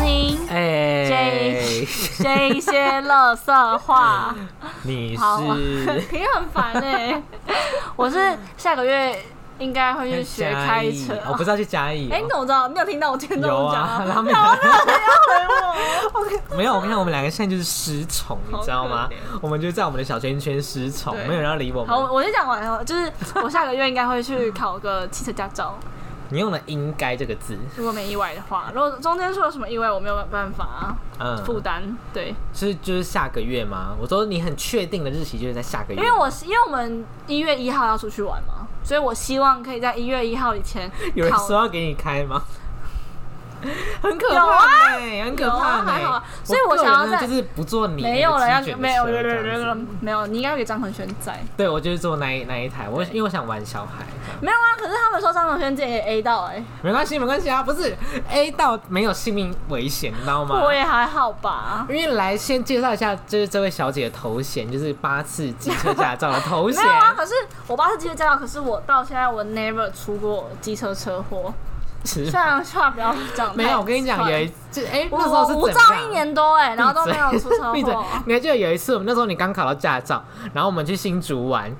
听哎，这一些垃圾 话。你好，啊 是你很烦哎、 我是下个月应该会去学嘉开义车。我不是要去嘉义哦，哎、你怎么知道？你有听到我今天中有午讲啊，吗？他们两个我跟 没有，我跟你讲，我们两个现在就是失宠，你好知道吗可怜？我们就在我们的小圈圈失宠，对没有人要理我好，们。我我先讲完了，就是我下个月应该会去考个汽车驾照，你用了“应该”这个字，如果没意外的话。如果中间出了什么意外，我没有办法嗯，负担。对，是就是下个月吗？我说你很确定的日期就是在下个月，因为我是因为我们一月一号要出去玩嘛，所以我希望可以在一月一号以前有人考说要给你开吗？ 很可有啊怕呢，很可有怕啊呢还好啊所以我个人想要呢在就是不做你没有了，要那个没有鸡没卷有没车这有样子没有，你应该给张恒轩在。对，我就是坐那一那一台，我因为我想玩小孩这样，没有啊，可是他们说张恒轩之前也 A 到哎、没关系没关系啊，不是 A 到没有性命危险，你知道吗？我也还好吧。因为来先介绍一下，就是这位小姐的头衔，就是八次机车驾照的头衔没有。啊，可是我爸是机车驾照，可是我到现在我 never 出过机车车 祸。是虽然话不要讲， 没有，我跟你讲，有一也次，哎、我那时候是我无怎么照样一年多哎、然后都没有出车 闭嘴祸。！你还记得有一次，我们那时候你刚考到驾照，然后我们去新竹玩，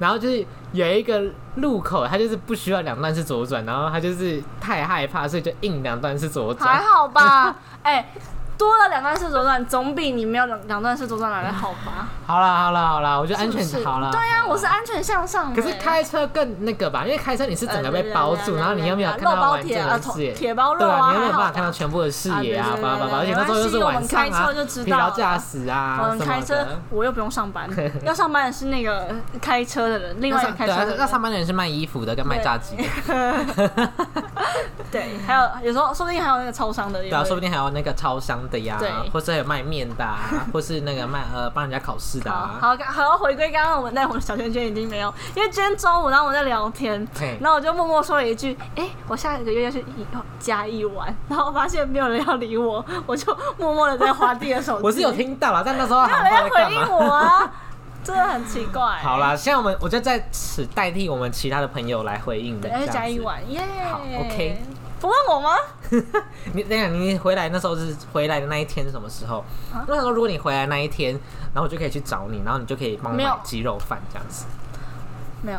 然后就是有一个路口，它就是不需要两段式左转，然后它就是太害怕，所以就硬两段式左还转。好吧？哎、多了两段式左转，总比你没有两两段式左转来的好吧？好啦好啦好啦，我觉得安是不全是？好啦。对呀、我是安全向上、哎可是开车更那个吧，因为开车你是整个被包住，呃然后你又没有看肉到包完整铁啊的头视野，铁包肉对啊啊，你又没还有好办法吧看到全部的视野啊对对啊，对叭叭叭，而且没那关时候又系是我晚们上开啊车就，知疲劳道驾了驶啊我什嗯开么车的。，我又不用上 班，要上班的是那个开车的人，另那外一个上开对车啊的，人。那上班的人是卖衣服的跟卖炸鸡的，对，还有有时候说不定还有那个超商的也会，对啊，说不定还有那个超商的呀对，或是还有卖面 的，啊，或是那个卖呃帮人家考试的好啊。好好回归刚刚我们在我们小圈圈已经没有，因为今天中午然后我们在聊天嘿，然后我就默默说了一句，哎、我下个月要去宜嘉义玩，然后发现没有人要理我，我就默默的在花弟的手机， 我是有，听到了，但那时候好没有像人要不知道在干回应嘛。我啊，真的很奇怪、好，啦，现在我们我就在此代替我们其他的朋友来回应你。对，哎要去这样嘉义子玩，耶、好，OK 不问我吗？你等一下，你回来那时候是回来的那一天是什么时候？啊那时候如果你回来那一天，然后我就可以去找你，然后你就可以帮我没有买鸡肉饭这样子，没有，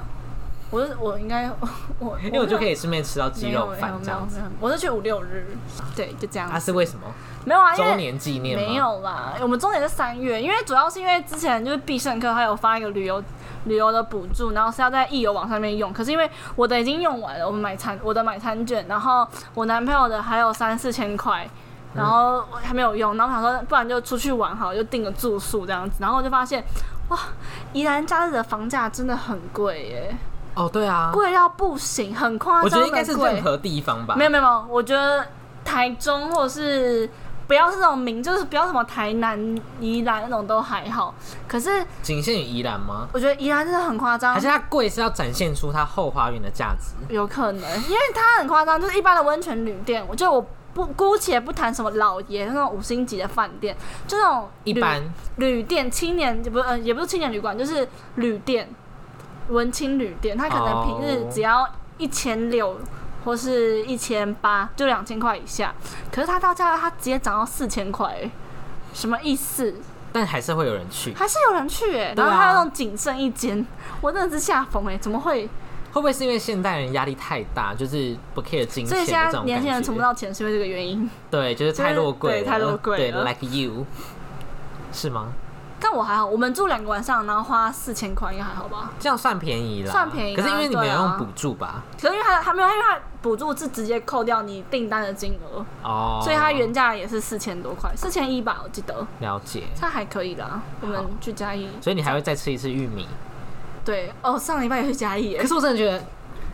我是我应该 我，因为我就可以以顺便吃到鸡肉饭这样子。没有没有没有没有我是去五六日，对，就这样子。啊，是为什么？没有啊，因周为年纪念吗？没，有啦，我们重点是三月，因为主要是因为之前就是必胜客还有发一个旅游旅游的补助，然后是要在易游网上面用，可是因为我的已经用完了，我们买餐我的买餐券，然后我男朋友的还有三四千块。嗯然后我还没有用，然后我想说，不然就出去玩好了，就订个住宿这样子。然后我就发现，哇，宜兰假日的房价真的很贵耶，哦，对啊，贵到不行，很夸张的我觉贵。得应该是任何地方吧。没有没有，没有，我觉得台中或者是不要是那种名，就是不要什么台南、宜兰那种都还好。可是仅限于宜兰吗？我觉得宜兰真的很夸张还是，它贵是要展现出它后花园的价值？有可能，因为它很夸张，就是一般的温泉旅店，我就我不姑且不谈什么老爷那种五星级的饭店，就那种一旅般旅店青年也不是呃也不是青年旅馆，就是旅店文青旅店，它可能平日哦只要一千六或是一千八，就两千块以下。可是它到家它直接涨到四千块，欸什么意思？但还是会有人去。还是有人去哎、欸对然啊后还有那种仅剩一间，我真的是吓疯哎，怎么会？会不会是因为现代人压力太大，就是不 care 金所钱以的现这在种年轻人感存不觉？到钱是因为这个原因。对，就是就是太落贵对了，太落贵对了，like you，是吗？但我还好，我们住两个晚上，然后花四千块应该还好吧？这样算便宜啦，算便宜啦可是因为你没对有用啊补助吧？可是因为它它没有，因为它补助是直接扣掉你订单的金额，哦，所以它原价也是四千多块，四千一吧，我记得，了解，它还可以啦。我们去嘉义，所以你还会再吃一次玉米。对哦，上礼拜也去嘉义耶可，是我真的觉得。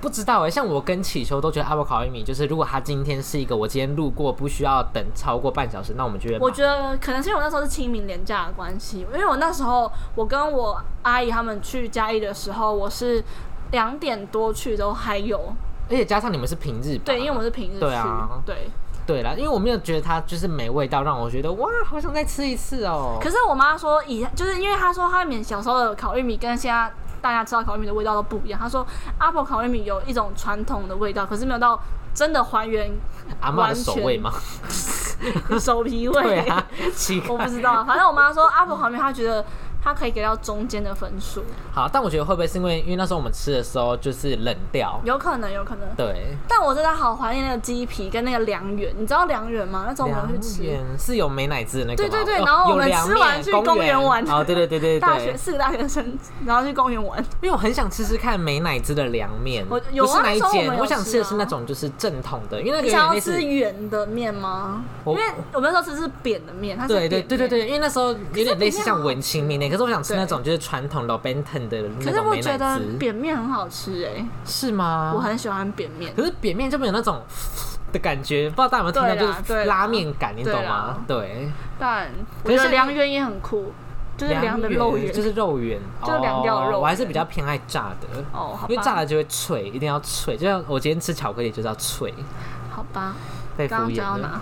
不知道哎、像我跟祈求都觉得阿伯烤玉米，就是如果他今天是一个我今天路过不需要等超过半小时，那我们就会买我觉得可能是因为我那时候是清明廉价的关系，因为我那时候我跟我阿姨他们去嘉义的时候，我是两点多去都还有，而且加上你们是平日吧，对，因为我是平日去，对啊对对啦，因为我没有觉得它就是没味道，让我觉得哇，好想再吃一次哦、可是我妈说以，就是因为她说她们小时候的烤玉米跟现在大家知道烤玉米的味道都不一样。她说阿婆烤玉米 有一种传统的味道，可是没有到真的还原阿嬷的手味吗？手皮 对味。啊，奇我不怪。知道，反正我妈说阿婆旁边，她觉得她可以给到中间的分数，好，但我觉得会不会是因为因为那时候我们吃的时候就是冷掉，有可能，有可能。对，但我真的好怀念那个鸡皮跟那个凉圆，你知道凉圆吗？那时候我们凉去吃，面是有美乃滋的那个对吗，对对哦然后我有们凉吃完面去公公园玩哦，对对对 对大学对，四个大学生，然后去公园玩，因为我很想吃吃看美乃滋的凉面，我有不啊是哪那一时候我们间，有我想吃的是吃啊那种就是正统的，因为那个你有点想类要似吃圆的面吗？我因为我们那时候吃是扁的面，它是对对扁对对面。对，因为那时候有点类似像啊文青面那，可是我想吃那种就是传统老 benten 的可那是种我美觉乃得滋，扁面很好吃哎、是吗？我很喜欢扁面。啊可是扁面就没有那种 的感觉，不知道大家有没有听到，对啦就是对啦拉面感，你懂吗？对，但我可觉是得像凉圆也很酷，就是凉的肉圆。就是肉圆， 就是凉掉的肉哦圆我还是比较偏爱炸的，哦，好因为炸吧，了就会脆，一定要脆。就像我今天吃巧克力就是要脆，好吧，被敷刚刚衍讲到哪了。？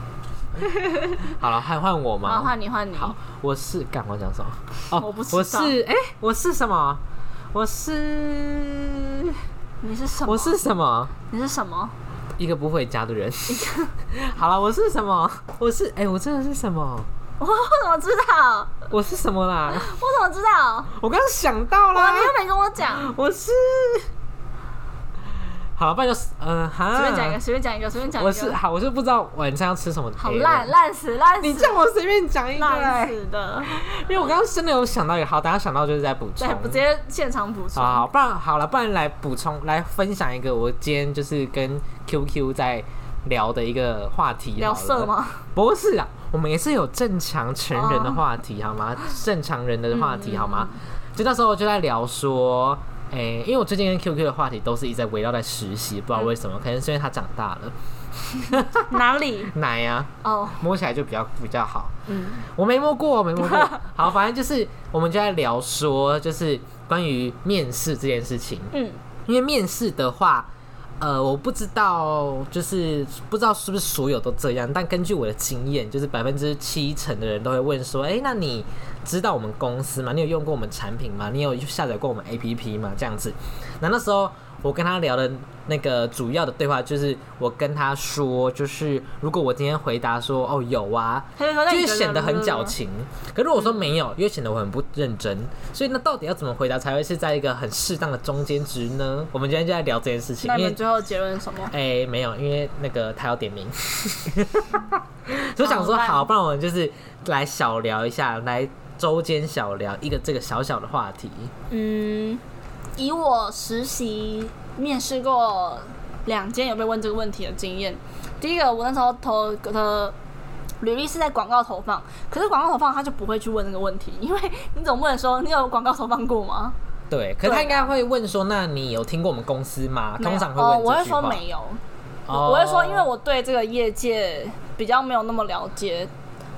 好了，换换我好，吗？换你，换你。好，我是干我讲什么？哦，我不知道我是哎，我是什么？我是你是什么？我是什么？你是什么？一个不回家的人。好了，我是什么？我是哎、我真的是什么？ 我怎么知道？我是什么啦？我怎么知道？我刚刚想到哇，啦你，又没跟我讲。我是。好了，不然就是嗯哈，随便讲一个，随便讲一个，随便讲一个。我是好，我是不知道晚上要吃什么。好烂，，烂死，烂死，你叫我随便讲一个、烂欸，死的，因为我刚刚真的有想到一个，好，等一下想到就是再补充对，。不直接现场补充。好好，不然好了，不然来补充，来分享一个我今天就是跟 QQ 在聊的一个话题。聊色？吗？不是啊，我们也是有正常成人的话题好吗？正常人的话题好吗？就那时候就在聊说，诶、因为我最近跟 QQ 的话题都是一直在围绕在实习，不知道为什么，可能是因为他长大了，哪里？奶呀、哦，摸起来就比较比较好。嗯，我没摸过，我没摸过。好，反正就是我们就在聊说，就是关于面试这件事情。嗯，因为面试的话，呃，我不知道，就是不知道是不是所有都这样，但根据我的经验，就是百分之七成的人都会问说，哎、那你知道我们公司吗？你有用过我们产品吗？你有下载过我们 APP 吗？这样子。那那时候我跟他聊的那个主要的对话，就是我跟他说，就是如果我今天回答说，哦，有啊，他就说那就你是觉得显得很呢矫。情。可如果说没有，又显得我很不认真。所以那到底要怎么回答才会是在一个很适当的中间值呢？我们今天就在聊这件事情那，因你为们最后结论是什么？哎、没有，因为那个他要点名， 所以想说好好，不然我们就是来小聊一下，来周间小聊一个这个小小的话题。嗯，以我实习面试过两间有被问这个问题的经验，第一个我那时候投的履历是在广告投放，可是广告投放他就不会去问这个问题，因为你总不能说你有广告投放过吗？对，可是他对应该会问说，那你有听过我们公司吗？没 通有常哦，会我会问这句话。说没有，哦我会说因为我对这个业界比较没有那么了解，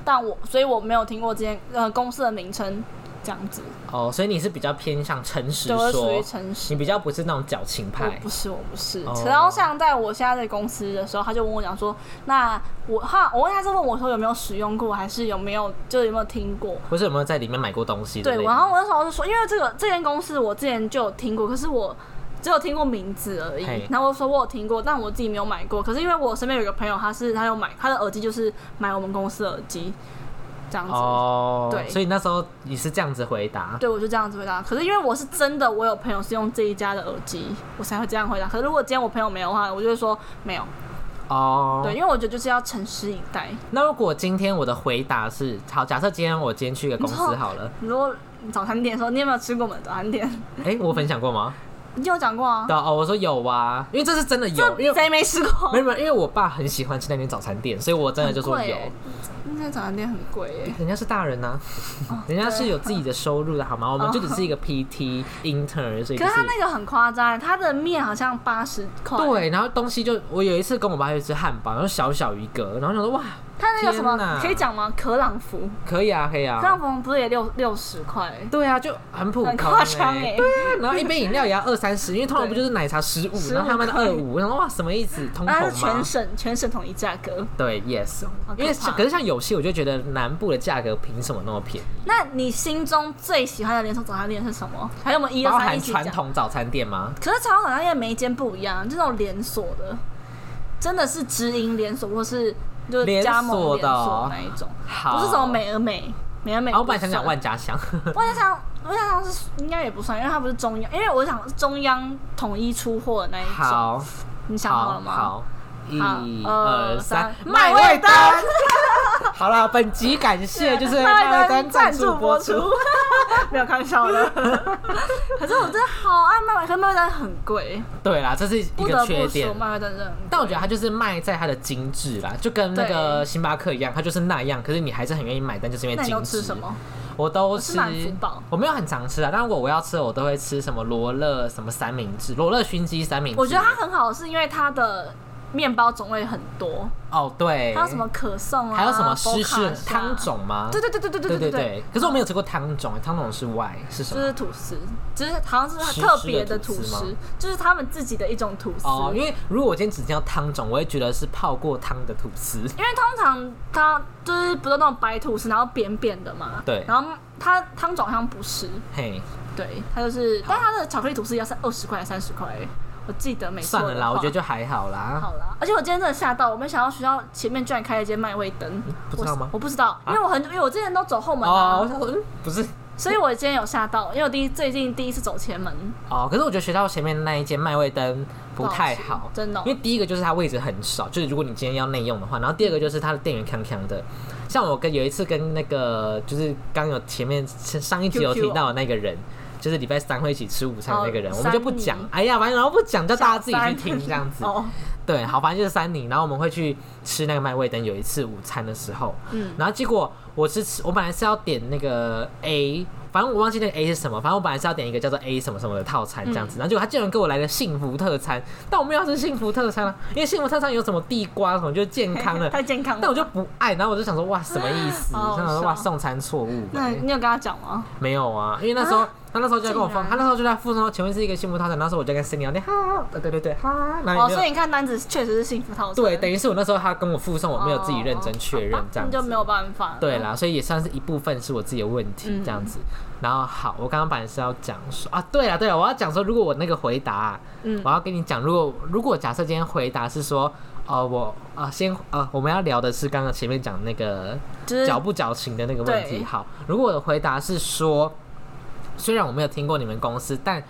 但我所以我没有听过这间呃公司的名称这样子，哦，所以你是比较偏向诚实就会属于说，诚实你。比较不是那种矫情我派不。是，我不是哦。然后像在我现在在公司的时候，他就问我讲说，那我他我问他是问我说有没有使用过，还是有没有就有没有听过？或是有没有在里面买过东西之类对，的？然后我那时候就说，因为这个这间公司我之前就有听过，可是我只有听过名字而已嘿。然后我说我有听过，但我自己没有买过。可是因为我身边有一个朋友，他是他有买他的耳机，就是买我们公司的耳机，这样子。哦，对所以那时候你是这样子回答，对，我就这样子回答。可是因为我是真的，我有朋友是用这一家的耳机，我才会这样回答。可是如果今天我朋友没有的话，我就会说没有。哦，对，。因为我觉得就是要诚实以待。那如果今天我的回答是，好，假设今天我今天去一个公司你知道好了，如果你早餐店的时候，你有没有吃过我们的早餐 店？哎、我分享过吗？你有讲过啊对？啊哦，我说有啊，因为这是真的有，因就为谁没吃过没？有没有，因为我爸很喜欢吃那间早餐店，所以我真的就说很贵有。欸那家早餐店很贵耶、人家是大人呐、哦 人家是有自己的收入的好吗？我们就只是一个 PT intern，所以可就是他那个很欸夸张欸，他的面好像八十块。，对，然后东西就我有一次跟我爸去吃汉堡，然后小小一个，然后想说哇，他那个什天哪么可以讲吗？可朗福，可以啊，可以啊，可朗福不是也六六十块欸？对啊，就很普通、欸，很夸张哎、对啊，然后一杯饮料也要二三十，因为通常不就是奶茶十五， 15然后他们的二五，我想说哇，什么意思？通那它膨是吗啊全？省全省统一价格。对，yes，好可因为怕可是像有些我就觉得南部的价格凭什么那么便宜？那你心中最喜欢的连锁早餐店是什么？还有我们一包二三含一起传讲。统早餐店吗？可是长岛早餐店每一间不一样，这种连锁的真的是直营连锁或是就是加盟连锁连的锁哦那一种，好，不是什么美而美，美而美啊，不算。我本来想讲万家香，万家香，万家香是应该也不算，因为它不是中央，因为我想是中央统一出货的那一种。好，你想好好了吗？好，一好二二三三，麦麦味味登登。好了，本集感谢就是麦麦味味登登赞赞助助播播出出。 没有开玩笑 的。可是我真的好爱麦味，可是麦味登很贵，对啦，这是一不个得缺不点说。麦味登真的很贵。但我觉得它就是卖在它的精致啦，就跟那个星巴克一样，它就是那样，可是你还是很愿意买单，就是因为那你精都致。吃什么？我都我吃，是满福宝我没有很常吃啊，但如果我要吃，我都会吃什么罗勒什么三明治，罗勒熏鸡三明治。我觉得它很好，是因为它的面包种类很多，哦对，还有什么可颂啊，还有什么佛湿卡夏式汤？种吗？对对对对对对对对对。可是我没有吃过汤种，汤种是 Y 是什就么？是吐司，就是好像是它特别的吐湿式的吐司司吗，就是他们自己的一种吐司。哦，因为如果我今天只听到汤种，我会觉得是泡过汤的吐司。因为通常它就是不是那种白吐司，然后扁扁的嘛。对然后它汤种好像不是，嘿，对，它就是，但它的巧克力吐司要是二十块三十块，我记得没错算的话。了啦，我觉得就还好啦。好啦。而且我今天真的吓到，我没想到学校前面居然开了一间麦味灯，不知道吗啊我？我不知道，因为我很，因为我之前都走后门啊，哦，我想说，嗯，不是所以我今天有吓到，因为我第一最近第一次走前门，哦，可是我觉得学校前面那一间麦味登不太不好好，吃真的哦因为第一个就是它位置很少，就是如果你今天要内用的话，然后第二个就是它的店员康康的。像我跟有一次跟那个就是刚有前面上一集有 QQ 提到的那个人，就是礼拜三会一起吃午餐的那个人，哦我们就不三讲妮，哎呀，反正然后不讲，叫大家自己小三去听这样子。 哦，对，好，反正就是三宁，然后我们会去吃那个麦味登。有一次午餐的时候，嗯然后结果我是吃，我本来是要点那个 A，反正我忘记那个 A 是什么，反正我本来是要点一个叫做 A 什么什么的套餐嗯这样子，然后结果他竟然给我来了幸福特餐，但我没有要吃幸福特餐啊，因为幸福特餐有什么地瓜什么就是健康 的，太健康了。 但我就不爱，然后我就想说哇什么意 思？好好想说哇笑送餐错误欸、那你有跟他讲吗？没有啊，因为那时候、他那时候就在跟我竟放，然他那时候就在附送，前面是一个幸福套餐，那时候我就跟 Cindy 聊天，哈哈，哈对对对，哈，然后也哦，没有所以你看单子确实是哦幸福套餐，对，等于是我那时候他跟我附送，我没有自己认真确认这样你子，就没有办法。对，啦，所以也算是一部分是我自己的问题这样子。嗯然后好，我刚刚本来是要讲说啊，对了对了，我要讲说，如果我那个回答啊、嗯我要跟你讲，如果如果假设今天回答是说，哦，我啊先呃，我们要聊的是刚刚前面讲那个就是矫不矫情的那个问题。对好，如果我的回答是说，虽然我没有听过你们公司，但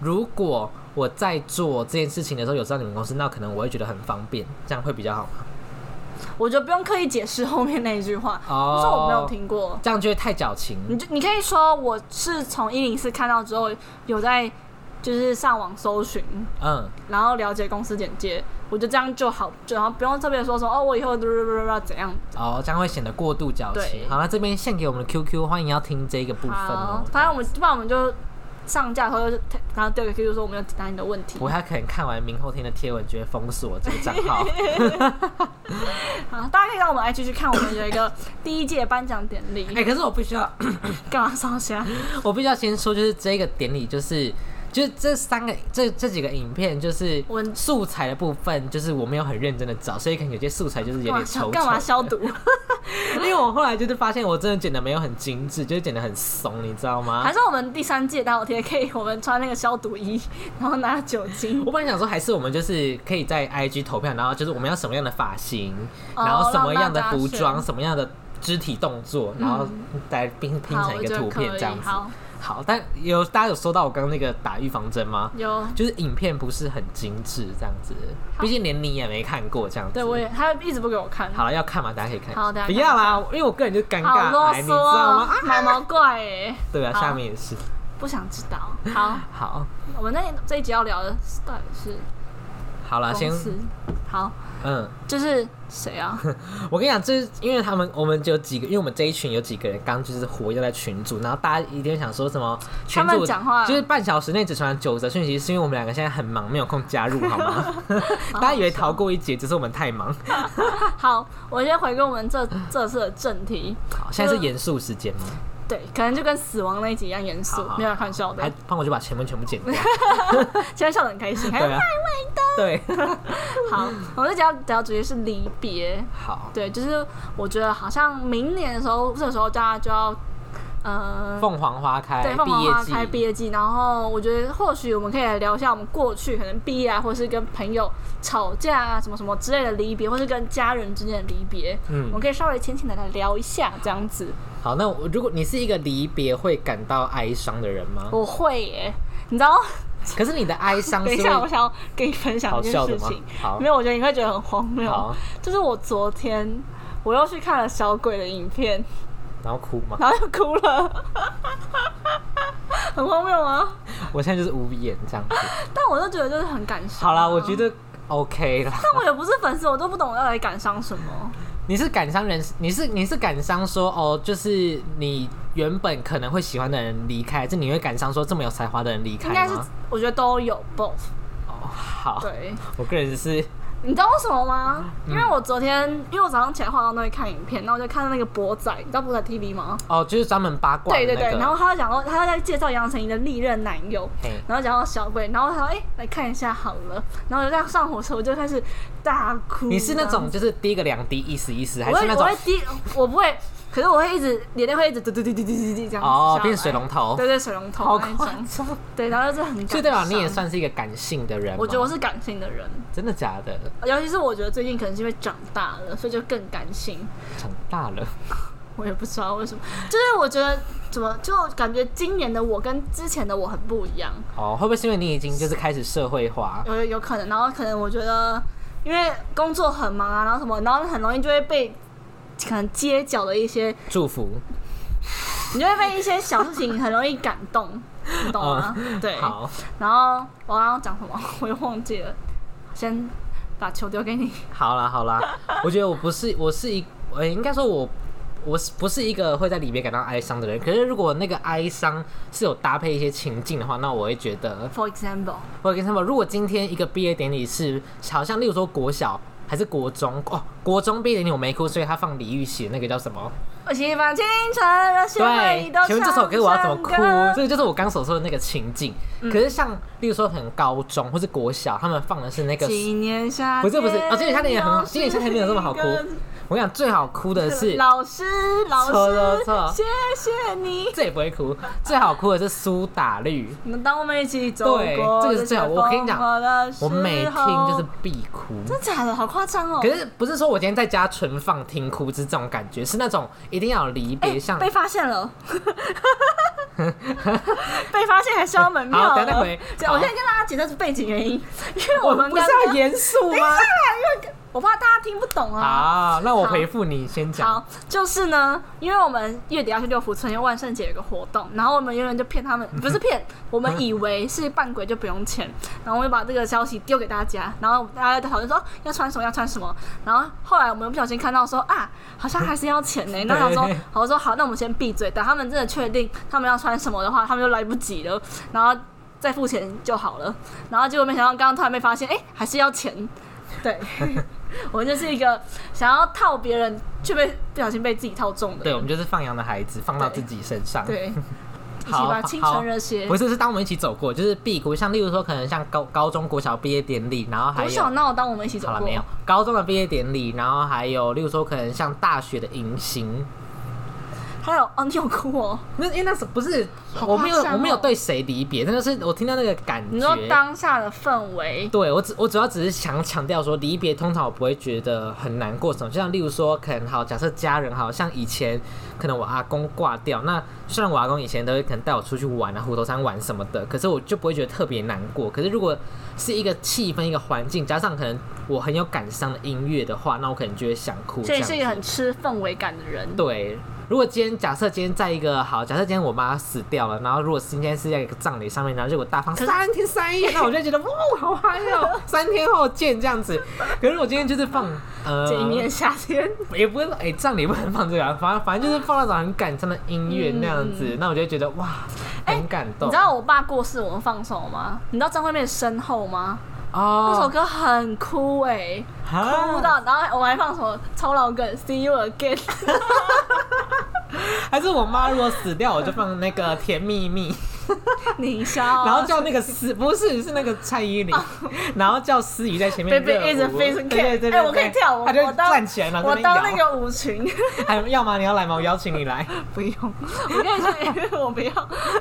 如果我在做这件事情的时候有知道你们公司，那可能我会觉得很方便，这样会比较好吗？我觉得不用刻意解释后面那一句话，哦我说我没有听过。这样就会太矫情。你就你可以说我是从一零四看到之后，有在就是上网搜寻，嗯，然后了解公司简介，我觉得这样就好，就然后不用特别说说哦，我以后嘟嘟嘟嘟嘟怎样。哦，这样会显得过度矫情。对好，那这边献给我们的 QQ，欢迎要听这个部分好哦，。反正我们不然我们就上架的时候就然后丢给 QQ 说我们有解答你的问题我。还可能看完明后天的贴文，就会封锁我这个账 号。好，大家可以到我们 IG 去看，我们有一个第一届颁奖典礼哎、。可是我必须要，干嘛烧香？我必须要先说，就是这个典礼，就是就是这三个这这几个影片，就是我素材的部分，就是我没有很认真的找，所以可能有些素材就是干有嘛点消丑干嘛丑。消毒？ 因为我后来就是发现，我真的剪的没有很精致，就是剪的很怂，你知道吗？还是我们第三届打火贴可以，我们穿那个消毒衣，然后拿酒精我，本来想说，还是我们就是可以在 IG 投票，然后就是我们要什么样的发型，哦然后什么样的服让大家装，选嗯什么样的肢体动作，然后再拼拼好，成我一觉个得图可片以。这样子。好，好，但有大家有收到我刚刚那个打预防针吗？有，就是影片不是很精致这样子，毕竟连你也没看过这样子。对我也，他一直不给我看，好了，要看嘛，大家可以看。好大家不看要啦，因为我个人就尴好尬啰癌，你知嗦道吗？哦啊，毛毛怪哎，对啊，好下面也是。不想知道。好，好，我们那这一集要聊的是到底是好啦，先公司，好，嗯。就是谁啊？ 我跟你讲，就是因为他们我们就有几个，因为我们这一群有几个人刚就是活跃在群组，然后大家一定会想说什么群他组们讲话就是半小时内只传九则讯息，是因为我们两个现在很忙，没有空加入，好吗？ 大家以为逃过一劫，只是我们太忙。好，我先回归我们这这次的正题，好，现在是严肃时间吗？对，可能就跟死亡那一集一样严肃好好，没有开玩笑的还，帮我就把前面全部剪掉。现在笑得很开心，还对啊，对， 好，我们这要聊主题是离别。好，对，就是我觉得好像明年的时候，这个时候大家就要呃，凤凰花开对，凤毕凰业花季，开毕业季，然后我觉得或许我们可以来聊一下我们过去可能毕业啊，或是跟朋友吵架啊，什么什么之类的离别，或是跟家人之间的离别，嗯我们可以稍微浅浅的来聊一下这样子。好，那我如果你是一个离别会感到哀伤的人吗？我会耶，你知道？可是你的哀伤 等一是下，我会想要跟你分享好一件笑的事吗情。？好没，有，我觉得你会觉得很荒谬好。，就是我昨天我又去看了小鬼的影片，然后哭嘛，然后又哭了， 很荒谬吗？我现在就是无言这样子。但我就觉得就是很感伤啊、好啦，我 觉得 OK 啦。但我也不是粉丝，我都不懂我到底感伤什么。你是感伤人，你是你是感伤说哦，就是你原本可能会喜欢的人离开，还是你会感伤说这么有才华的人离应开吗？该是我觉得都有 both。哦，好，对，我个人是你知道为什么吗？嗯因为我昨天，因为我早上起来化妆都会看影片，然后我就看到那个博仔，你知道博仔 TV 吗？哦，就是专门八卦的对那个。嗯对对，然后他就讲到，他在介绍杨丞琳的历任男友，嘿然后讲到小鬼，然后他说：“哎、来看一下好了。”然后我就这样上火车，我就开始大哭。你是那这样种就是滴个两滴意思意思，还嗯我是会那我会种滴，我不会，可是我会一直眼泪会一直滴滴滴滴滴滴滴这样子哦下来变水龙头对对水龙头好那一夸种，张？对，然后就是很感所以代表你也伤，算是一个感性的人吗。我觉得我是感性的人，真的假的？尤其是我觉得最近可能是因为长大了，所以就更感性。长大了，我也不知道为什么，就是我觉得怎么就感觉今年的我跟之前的我很不一样，哦，会不会是因为你已经就是开始社会化？有有可能，然后可能我觉得，因为工作很忙啊，然后什么，然后很容易就会被可能街角的一些，祝福，你就会被一些小事情很容易感动，你懂吗？ 对。嗯哦 好，然后我刚刚讲什么， 我又忘记了，先把球丢给你。好啦，好啦，我觉得我不是，我是一，呃、应该说我，我是不是一个会在里面感到哀伤的人？可是如果那个哀伤是有搭配一些情境的话，那我会觉得， For example，我跟他们，如果今天一个毕业典礼是，好像例如说国小还是国中，哦，国中毕业典礼我没哭，所以他放李玉玺的那个叫什么？我喜欢清晨的雪花一道请问这首歌我要怎么哭唱歌？嗯这个就是我刚所说的那个情境。可是像例如说，可能高中或是国小，他们放的是那个。今年夏不是不是哦今年夏天也很好又是今年夏天没有这么好哭一个我跟你讲，最好哭的是，老师，老师，错错错谢谢你。这也不会哭，最好哭的是苏打绿。我们当我们一起走对过这个是些最好我跟你疯讲狂的时我候每听就是必哭。真假的，好夸张哦。可是不是说我今天在家纯放听哭，是这种感觉，是那种一定要有离别，哎像被发现了，被发现还是要门票了。好等一下再回对好我现在跟大家解释背景原因，因为我们哎不是刚要刚，啊严肃 吗？我怕大家听不懂啊。好，那我回复你先讲。好，就是呢，因为我们月底要去六福村，因为万圣节有个活动，然后我们原本就骗他们，嗯不是骗，我们以为是扮鬼就不用钱，然后我们就把这个消息丢给大家，然后大家在讨论说要穿什么要穿什么，然后后来我们又不小心看到说啊，好像还是要钱 呢、那想说对，好我说好，那我们先闭嘴，等他们真的确定他们要穿什么的话，他们就来不及了，然后再付钱就好了，然后结果没想到刚刚突然被发现，哎、还是要钱，对。 我就是一个想要套别人，却被不小心被自己套中的对，我人。们就是放羊的孩子，放到自己身上。 对，一起好把清好纯热血不。是，是当我们一起走过，就是必哭。像例如说，可能像高高中国小毕业典礼，然后我还有想闹，当我们一起走好了过没有，高中的毕业典礼，然后还有例如说，可能像大学的迎新。还有哦，你有哭哦？那因为那时候不是好我没有夸张哦我没有对谁离别，真的是我听到那个感你说觉。当下的氛围，对我只我主要只是想强调说，离别通常我不会觉得很难过什么，就像例如说，可能好假设家人好像以前可能我阿公挂掉，那虽然我阿公以前都会可能带我出去玩啊，虎头山玩什么的，可是我就不会觉得特别难过。可是如果是一个气氛一个环境，加上可能我很有感伤的音乐的话，那我可能就会想哭。所这以样是一个子很吃氛围感的人。对，如果今天假设今天在一个好，假设今天我妈死掉了，然后如果今天是在一个葬礼上面，然后结果大放可是三天三夜，那我就觉得哇，好嗨哦，三天后见这样子。可是我今天就是放呃， 今年夏 天，也不会哎、葬礼不能放这个啊，反正反正就是放那种很感伤的音乐那样子，那我就觉得哇，很感嗯哎动。你知道我爸过世我们放手吗？你知道张惠妹的《身后》吗？那首哦，歌很哭哎，哭啊，到，然后我还放什么超老梗《See You Again》。 还是我妈如果死掉，我就放那个甜蜜蜜。你笑， 然后叫那个司不是是那个蔡依哦林， 然后叫司仪在前面 Baby 热舞 is a face and 啊对对 cat 对，对哎我可以跳舞他就我当站起来嘛，我当那个个舞裙， 还要吗？你要来吗？我邀请你来， 不用， 我跟你说，因为我不要，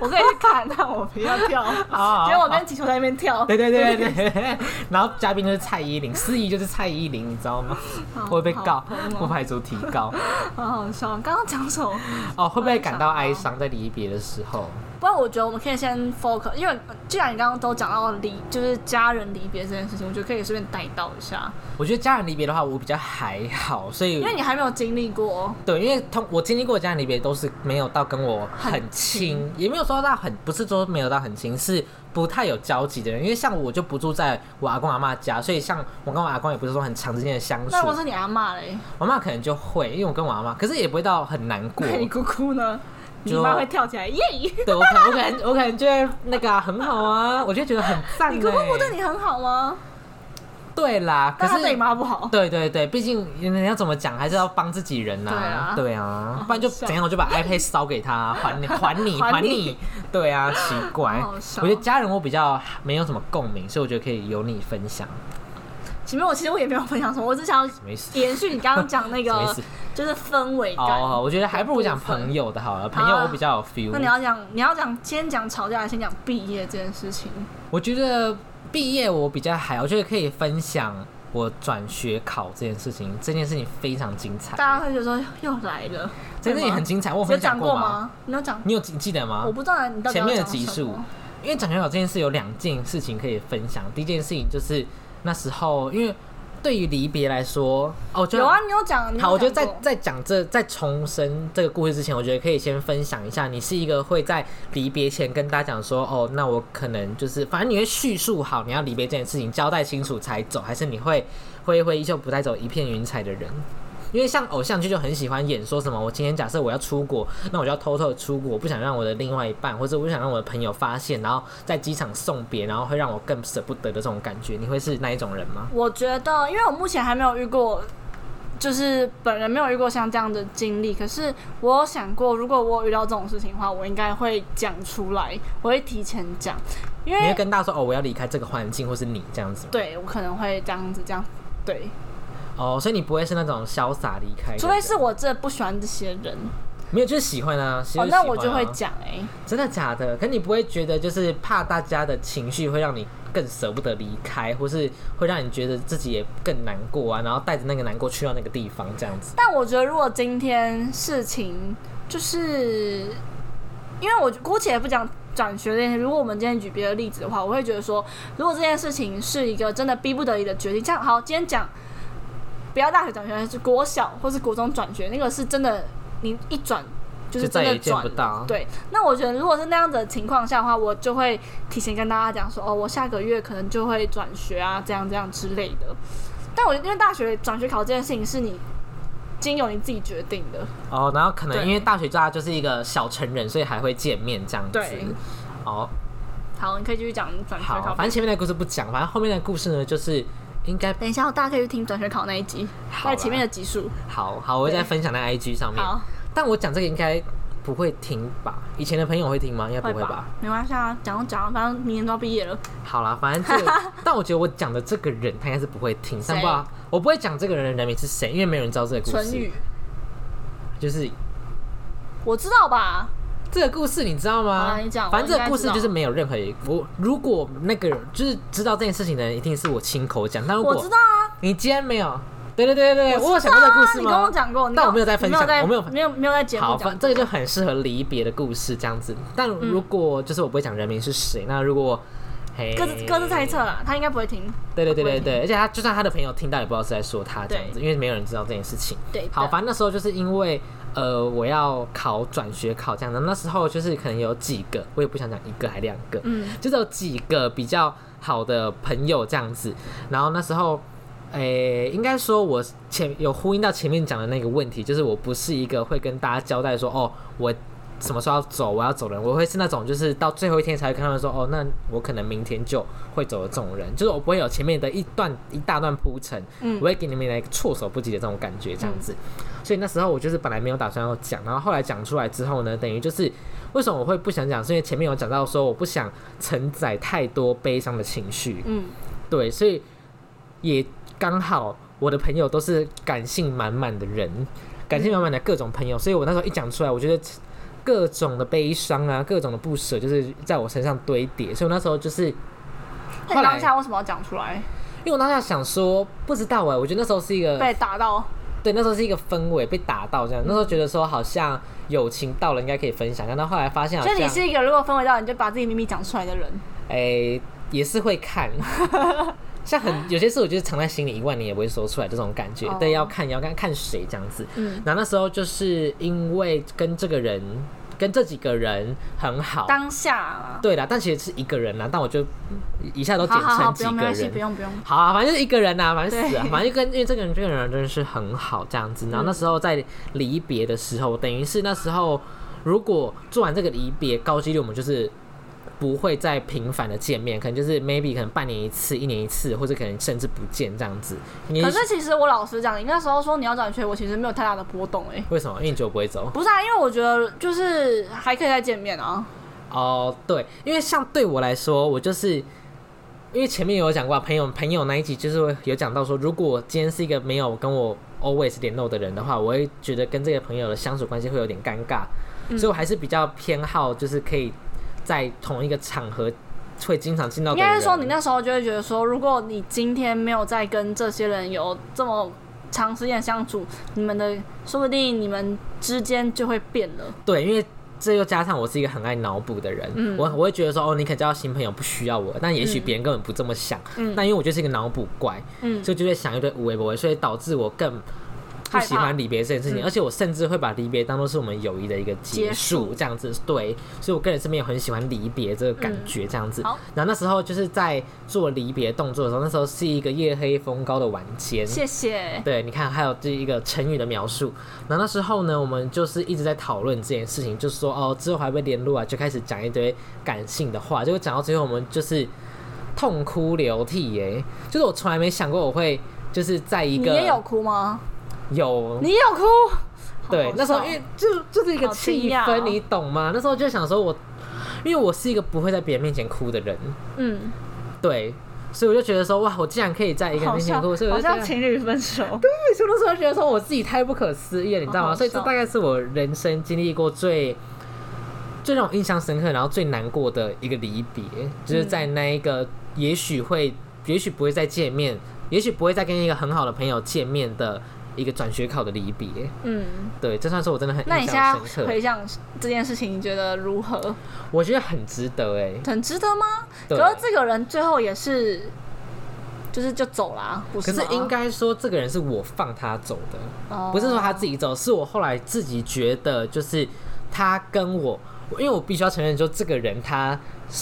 我可以去看，但我不要跳。 好好结果我跟吉球在那边跳，对对对对对，然后嘉宾就是蔡依林，司仪就是蔡依林，你知道吗？我 会被告好疯哦，不排除提告。 好好笑。刚刚讲什么？哦，会不会感到哀伤在离别的时候？不然我觉得我们可以先 focus，因为既然你刚刚都讲到离，就是家人离别这件事情，我觉得可以随便带到一下，我觉得家人离别的话，我比较还好，所以因为你还没有经历过。对，因为通我经历过的家人离别都是没有到跟我很很亲亲，也没有说到很，不是说没有到很亲，是不太有交集的人。因为像我就不住在我阿公阿妈家，所以像我跟我阿公也不是说很长时间的相处那。如果是你阿嬷嘞，我妈可能就会，因为我跟我阿妈，可是也不会到很难过那。 你姑姑呢？你就妈会跳起来耶！对我可能我可能我可能就会那个啊、很好啊，我就觉得很赞、欸。你姑姑不对你很好吗？对啦，可但她是对你妈不好。对对对，毕竟你要怎么讲，还是要帮自己人呐、对啊对啊，不然就好笑怎样，我就把 iPad 烧给他，还你，还你，还还你你。对啊，奇怪，好我好笑觉得家人我比较没有什么共鸣，所以我觉得可以由你分享，前面我其实我也没有分享什么，我只想要什么意思？延续你刚刚讲那 什么意个思，就是氛围感。哦，我觉得还不如讲部分啊朋友的好了，朋友我比较有 feel。那你要讲，你要讲，先讲吵架，还是先讲毕业这件事情。我觉得毕业我比较还好，我觉得可以分享我转学考这件事情，这件事情非常精彩，大家会觉得说又来了，这件事对情吗很精彩，我有有分享讲过过吗？吗？你有讲，你有记记得吗？我不知道你到底前要面的讲集什数么。，因为转学考这件事有两件事情可以分享。第一件事情就是那时候，因为对于离别来说，哦，就有啊，。你有讲。你有好，我觉得讲在过在讲这在重申这个故事之前，我觉得可以先分享一下，你是一个会在离别前跟大家讲说，哦，那我可能就是，反正你会叙述好你要离别这件事情，交代清楚才走，还是你会挥挥衣袖不带走一片云彩的人？因为像偶像剧就很喜欢演说什么，我今天假设我要出国，那我就要偷偷的出国，我不想让我的另外一半或者我不想让我的朋友发现，然后在机场送别，然后会让我更舍不得的这种感觉，你会是那一种人吗？我觉得，因为我目前还没有遇过，就是本人没有遇过像这样的经历。可是我有想过，如果我有遇到这种事情的话，我应该会讲出来，我会提前讲，因你会为跟大家说哦，我要离开这个环境，或是你这样子吗？对我可能会这样子这样对，哦，所以你不会是那种潇洒离开的人，除非是我真的不喜欢这些人没有就是喜欢啊，其实哦，是那喜我欢就啊会讲哎、真的假的？可你不会觉得就是怕大家的情绪会让你更舍不得离开，或是会让你觉得自己也更难过啊，然后带着那个难过去到那个地方这样子。但我觉得，如果今天事情就是，因为我姑且不讲转学这件事，如果我们今天举别的例子的话，我会觉得说，如果这件事情是一个真的逼不得已的决定，像好，今天讲不要大学转学，是国小或是国中转学，那个是真的，你一转就是就再真的也见转不了到对，那我觉得如果是那样的情况下的话，我就会提前跟大家讲说，哦，我下个月可能就会转学啊，这样这样之类的。但我因为大学转学考这件事情是你经由你自己决定的，哦，然后可能对因为大学大家就是一个小成人，所以还会见面这样子对。哦，好，你可以继续讲转学好，考。反正前面的故事不讲，反正后面的故事呢，就是应该等一下，大家可以去听转学考那一集，好在啦前面的集数。好好，我会再对分享在 IG 上面。好，但我讲这个应该不会听吧？以前的朋友会听吗？应该不会吧？没关系啊，讲就讲，反正明年都要毕业了。好啦，反正这 个，但我觉得我讲的这个人他应该是不会听，但谁不知道我不会讲这个人的人名是谁，因为没有人知道这个故唇事语。，就是我知道吧？这个故事你知道吗？好啦你讲反正我这应个该故事知道就是没有任何一我，如果那个人就是知道这件事情的人，一定是我亲口讲。但如我知果道啊。你今天没有，对对对对对，我有知讲道过这个啊故事你跟吗我？讲过，你但跟我没有在分享你在我没有没有没有在节目好，讲反。这个就很适合离别的故事这样子。但如嗯果就是我不会讲人名是谁，那如果嘿各自各自猜测啦，他应该不会听。对对对不对会对，而且他就算他的朋友听到，也不知道是在说他这样子，因为没有人知道这件事情。对好，的反正那时候就是因为呃，我要考转学考这样的，那时候就是可能有几个，我也不想讲一个还两个，嗯，就是有几个比较好的朋友这样子，然后那时候。诶、应该说，我前有呼应到前面讲的那个问题，就是我不是一个会跟大家交代说，哦，我什么时候要走，我要走人，我会是那种就是到最后一天才会跟他们说，哦，那我可能明天就会走的这种人，就是我不会有前面的一段一大段铺陈，嗯我会给你们来个措手不及的这种感觉，这样子。所以那时候我就是本来没有打算要讲，然后后来讲出来之后呢，等于就是为什么我会不想讲，是因为前面有讲到说我不想承载太多悲伤的情绪，嗯，对，所以也刚好我的朋友都是感性满满的人，感性满满的各种朋友，所以我那时候一讲出来，我觉得各种的悲伤啊，各种的不舍，就是在我身上堆叠，所以我那时候就是，那你后来当下为什么要讲出来？因为我当下想说，不知道哎、我觉得那时候是一个被打到，对，那时候是一个氛围被打到嗯这样，那时候觉得说好像友情到了应该可以分享，但到后来发现好所像以你是一个如果氛围到你就把自己秘密讲出来的人。哎、也是会看， 像很有些事我就是藏在心里一万年也不会说出来这种感觉，哦对，要看要看看谁这样子。嗯，然后那时候就是因为跟这个人跟这几个人很好，当下啊，对啦，但其实是一个人啦，但我就一下都简好好好，称不几用，没个关系，不人。用不用。好啊，反正就是一个人呐、啊，反正死啊，对 反正就跟因为这个人这个人真的是很好这样子。然后那时候在离别的时候，等于是那时候如果做完这个离别，高几率我们就是不会再频繁的见面，可能就是 maybe 可能半年一次、一年一次，或者可能甚至不见这样子。你可是其实我老实讲，你那时候说你要转学，我其实没有太大的波动哎、为什么？因为你久不会走。不是啊，因为我觉得就是还可以再见面啊。哦，对，因为像对我来说，我就是因为前面有讲过啊，朋友朋友那一集就是会有讲到说，如果我今天是一个没有跟我 always 联络的人的话，我会觉得跟这个朋友的相处关系会有点尴尬，嗯所以我还是比较偏好就是可以在同一个场合会经常见到应的人。该是说你那时候就会觉得说，如果你今天没有再跟这些人有这么长时间的相处，你们的说不定你们之间就会变了。对，因为这又加上我是一个很爱脑补的人，嗯我我会觉得说，哦，你可能交到新朋友不需要我，但也许别人根本不这么想。嗯那因为我就是一个脑补怪，嗯所以就会想一堆无为不为，所以导致我更不喜害怕欢离别这件事情，嗯而且我甚至会把离别当做是我们友谊的一个结结束，这样子。对，所以我个人是没有很喜欢离别这个感觉，这样子。嗯好然后那时候就是在做离别动作的时候，那时候是一个夜黑风高的晚间，谢谢。对，你看，还有这一个成语的描述。那那时候呢，我们就是一直在讨论这件事情，就是说哦，之后还会联络啊，就开始讲一堆感性的话。结果讲到最后，我们就是痛哭流涕耶、 就是我从来没想过我会就是在一你个也有哭吗？有你也有哭？对好，那时候好因笑为就就是一个好气惊讶哦氛，你懂吗？那时候就想说我，因为我是一个不会在别人面前哭的人，嗯，对，所以我就觉得说哇，我竟然可以在一个人好面前像哭，所以我好就觉像得情侣分手。 对，所以那时候觉得说我自己太不可思议了，你知道好吗？好所以这笑大概是我人生经历过最最让我印象深刻，然后最难过的一个离别，就是在那一个也许会，也许不会再见面，也许不会再跟一个很好的朋友见面的一个转学考的离别。嗯，对，这算是我真的很那你印现象在深刻回，想这件事情，你觉得如何？我觉得很值得哎、很值得吗？对可是这个人最后也是，就是就走啦，不可是啊吗？是应该说，这个人是我放他走的。哦不是说他自己走，是我后来自己觉得，就是他跟我，因为我必须要承认，就这个人他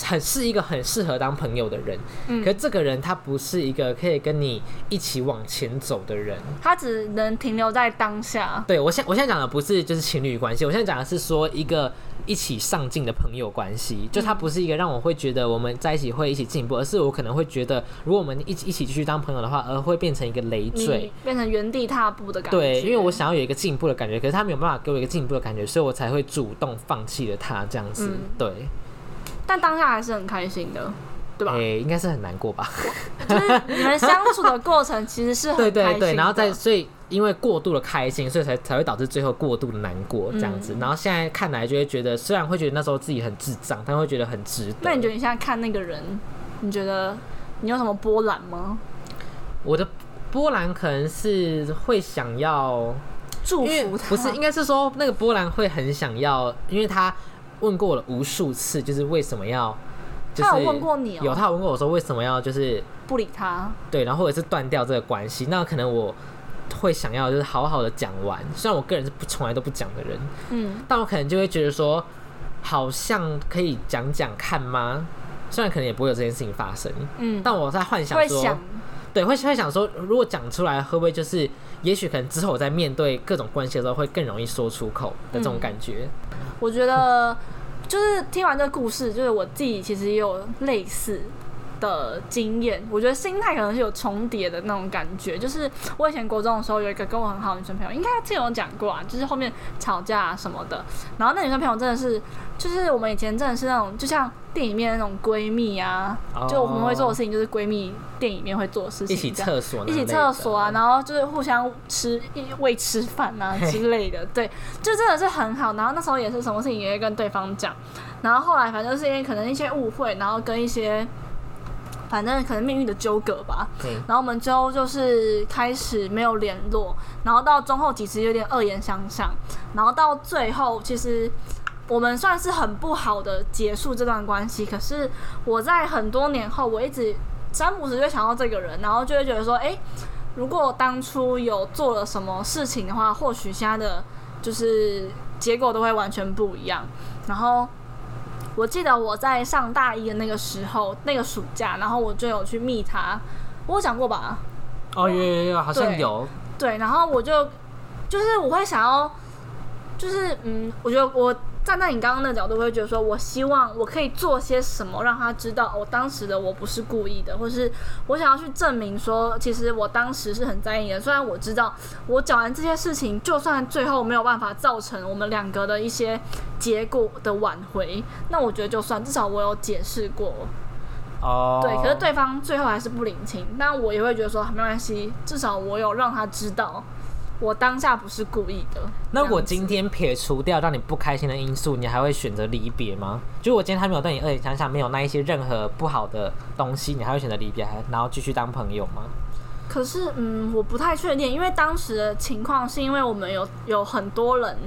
很是一个很适合当朋友的人，嗯可这个人他不是一个可以跟你一起往前走的人。他只能停留在当下。对我现我现在讲的不是就是情侣关系，我现在讲的是说一个一起上进的朋友关系，就他不是一个让我会觉得我们在一起会一起进步，而是我可能会觉得如果我们一起一起继续当朋友的话，而会变成一个累赘你。变成原地踏步的感觉。对，因为我想要有一个进步的感觉，可是他没有办法给我一个进步的感觉，所以我才会主动放弃了他这样子。嗯对，但当下还是很开心 的，对吧？诶、应该是很难过吧？就是你们相处的过程其实是很 对哦开对心对，的然后再所以因为过度的开心，所以才才会导致最后过度的难过这样子。嗯然后现在看来就会觉得，虽然会觉得那时候自己很智障，但会觉得很值得。那你觉得你现在看那个人，你觉得你有什么波澜吗？我的波兰可能是会想要祝因为福他不是，应该是说那个波兰会很想要，因为他问过了无数次，就是为什么要，就是他有问过你哦有他有问过我说为什么要就是不理他，对，然后或者是断掉这个关系，那可能我会想要就是好好的讲完，虽然我个人是不从来都不讲的人，嗯，但我可能就会觉得说，好像可以讲讲看吗？虽然可能也不会有这件事情发生，嗯但我在幻想会说，想对，会会想说，如果讲出来，会不会就是，也许可能之后我在面对各种关系的时候，会更容易说出口的嗯这种感觉。我觉得就是听完这个故事，就是我自己其实也有类似的经验。我觉得心态可能是有重叠的那种感觉。就是我以前国中的时候，有一个跟我很好的女生朋友，应该之前有讲过啊，就是后面吵架、啊、什么的。然后那女生朋友真的是，就是我们以前真的是那种，就像电影里面那种闺蜜啊哦就我们会做的事情，就是闺蜜电影里面会做的事情，一起这样厕所一那类的，嗯起厕所啊，然后就是互相吃一喂吃饭啊之类的， 对，就真的是很好。然后那时候也是什么事情也会跟对方讲，然后后来反正是因为可能一些误会，然后跟一些反正可能命运的纠葛吧，嗯然后我们之后就是开始没有联络，然后到中后几实有点恶言相向，然后到最后其实我们算是很不好的结束这段关系。可是我在很多年后，我一直詹姆斯就会想到这个人，然后就会觉得说，诶，如果当初有做了什么事情的话，或许现在的就是结果都会完全不一样。然后我记得我在上大一的那个时候，那个暑假，然后我就有去密他，我有讲过吧？哦，有有有，好像对有，对，然后我就就是我会想要，就是嗯，我觉得我站在你刚刚的角度，我会觉得说我希望我可以做些什么，让他知道我、哦当时的我不是故意的，或是我想要去证明说，其实我当时是很在意的。虽然我知道我讲完这些事情，就算最后没有办法造成我们两个的一些结果的挽回，那我觉得就算，至少我有解释过。哦，对，可是对方最后还是不领情，但我也会觉得说啊没关系，至少我有让他知道我当下不是故意的。那我这样子今天撇除掉让你不开心的因素，你还会选择离别吗？就是我今天他没有对你恶言相向，没有那一些任何不好的东西，你还会选择离别，还然后继续当朋友吗？可是嗯，我不太确定，因为当时的情况是因为我们有有很多人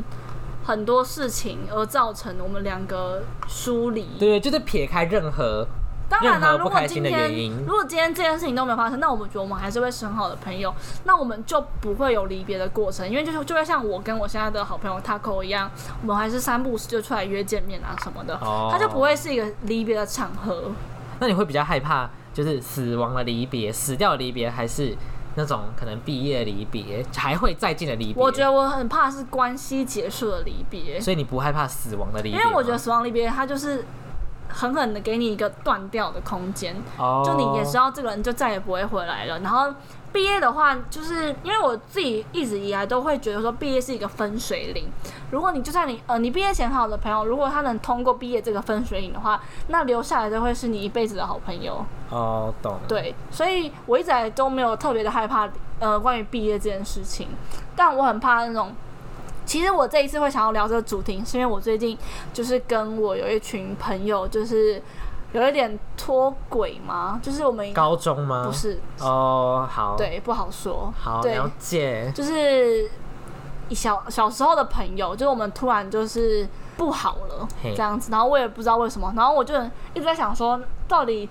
很多事情而造成我们两个疏离。对，就是撇开任何当然啦、任何如不果开今心的原天因如果今天这件事情都没有发生，那我们觉得我们还是会是很好的朋友，那我们就不会有离别的过程，因为就是就会像我跟我现在的好朋友 Taco 一样，我们还是三不五时就出来约见面啊什么的，哦，它就不。会是一个离别的场合。那你会比较害怕，就是死亡的离别、死掉的离别，还是那种可能毕业离别，还会再见的离别？我觉得我很怕是关系结束的离别，所以你不害怕死亡的离别因吗，为我觉得死亡离别它就是狠狠的给你一个断掉的空间，哦，就你也知道这个人就再也不会回来了。然后毕业的话，就是因为我自己一直以来都会觉得说，毕业是一个分水岭。如果你就算你呃你毕业前很好的朋友，如果他能通过毕业这个分水岭的话，那留下来就会是你一辈子的好朋友。哦，懂。对，所以我一直以来都没有特别的害怕，呃，关于毕业这件事情，但我很怕那种。其实我这一次会想要聊这个主题，是因为我最近就是跟我有一群朋友，就是有一点脱轨嘛，就是我们高中吗？不是哦，啊好，，对不好说，好对，了解。就是小小时候的朋友，就是我们突然就是不好了嘿这样子，然后我也不知道为什么，然后我就一直在想说，到底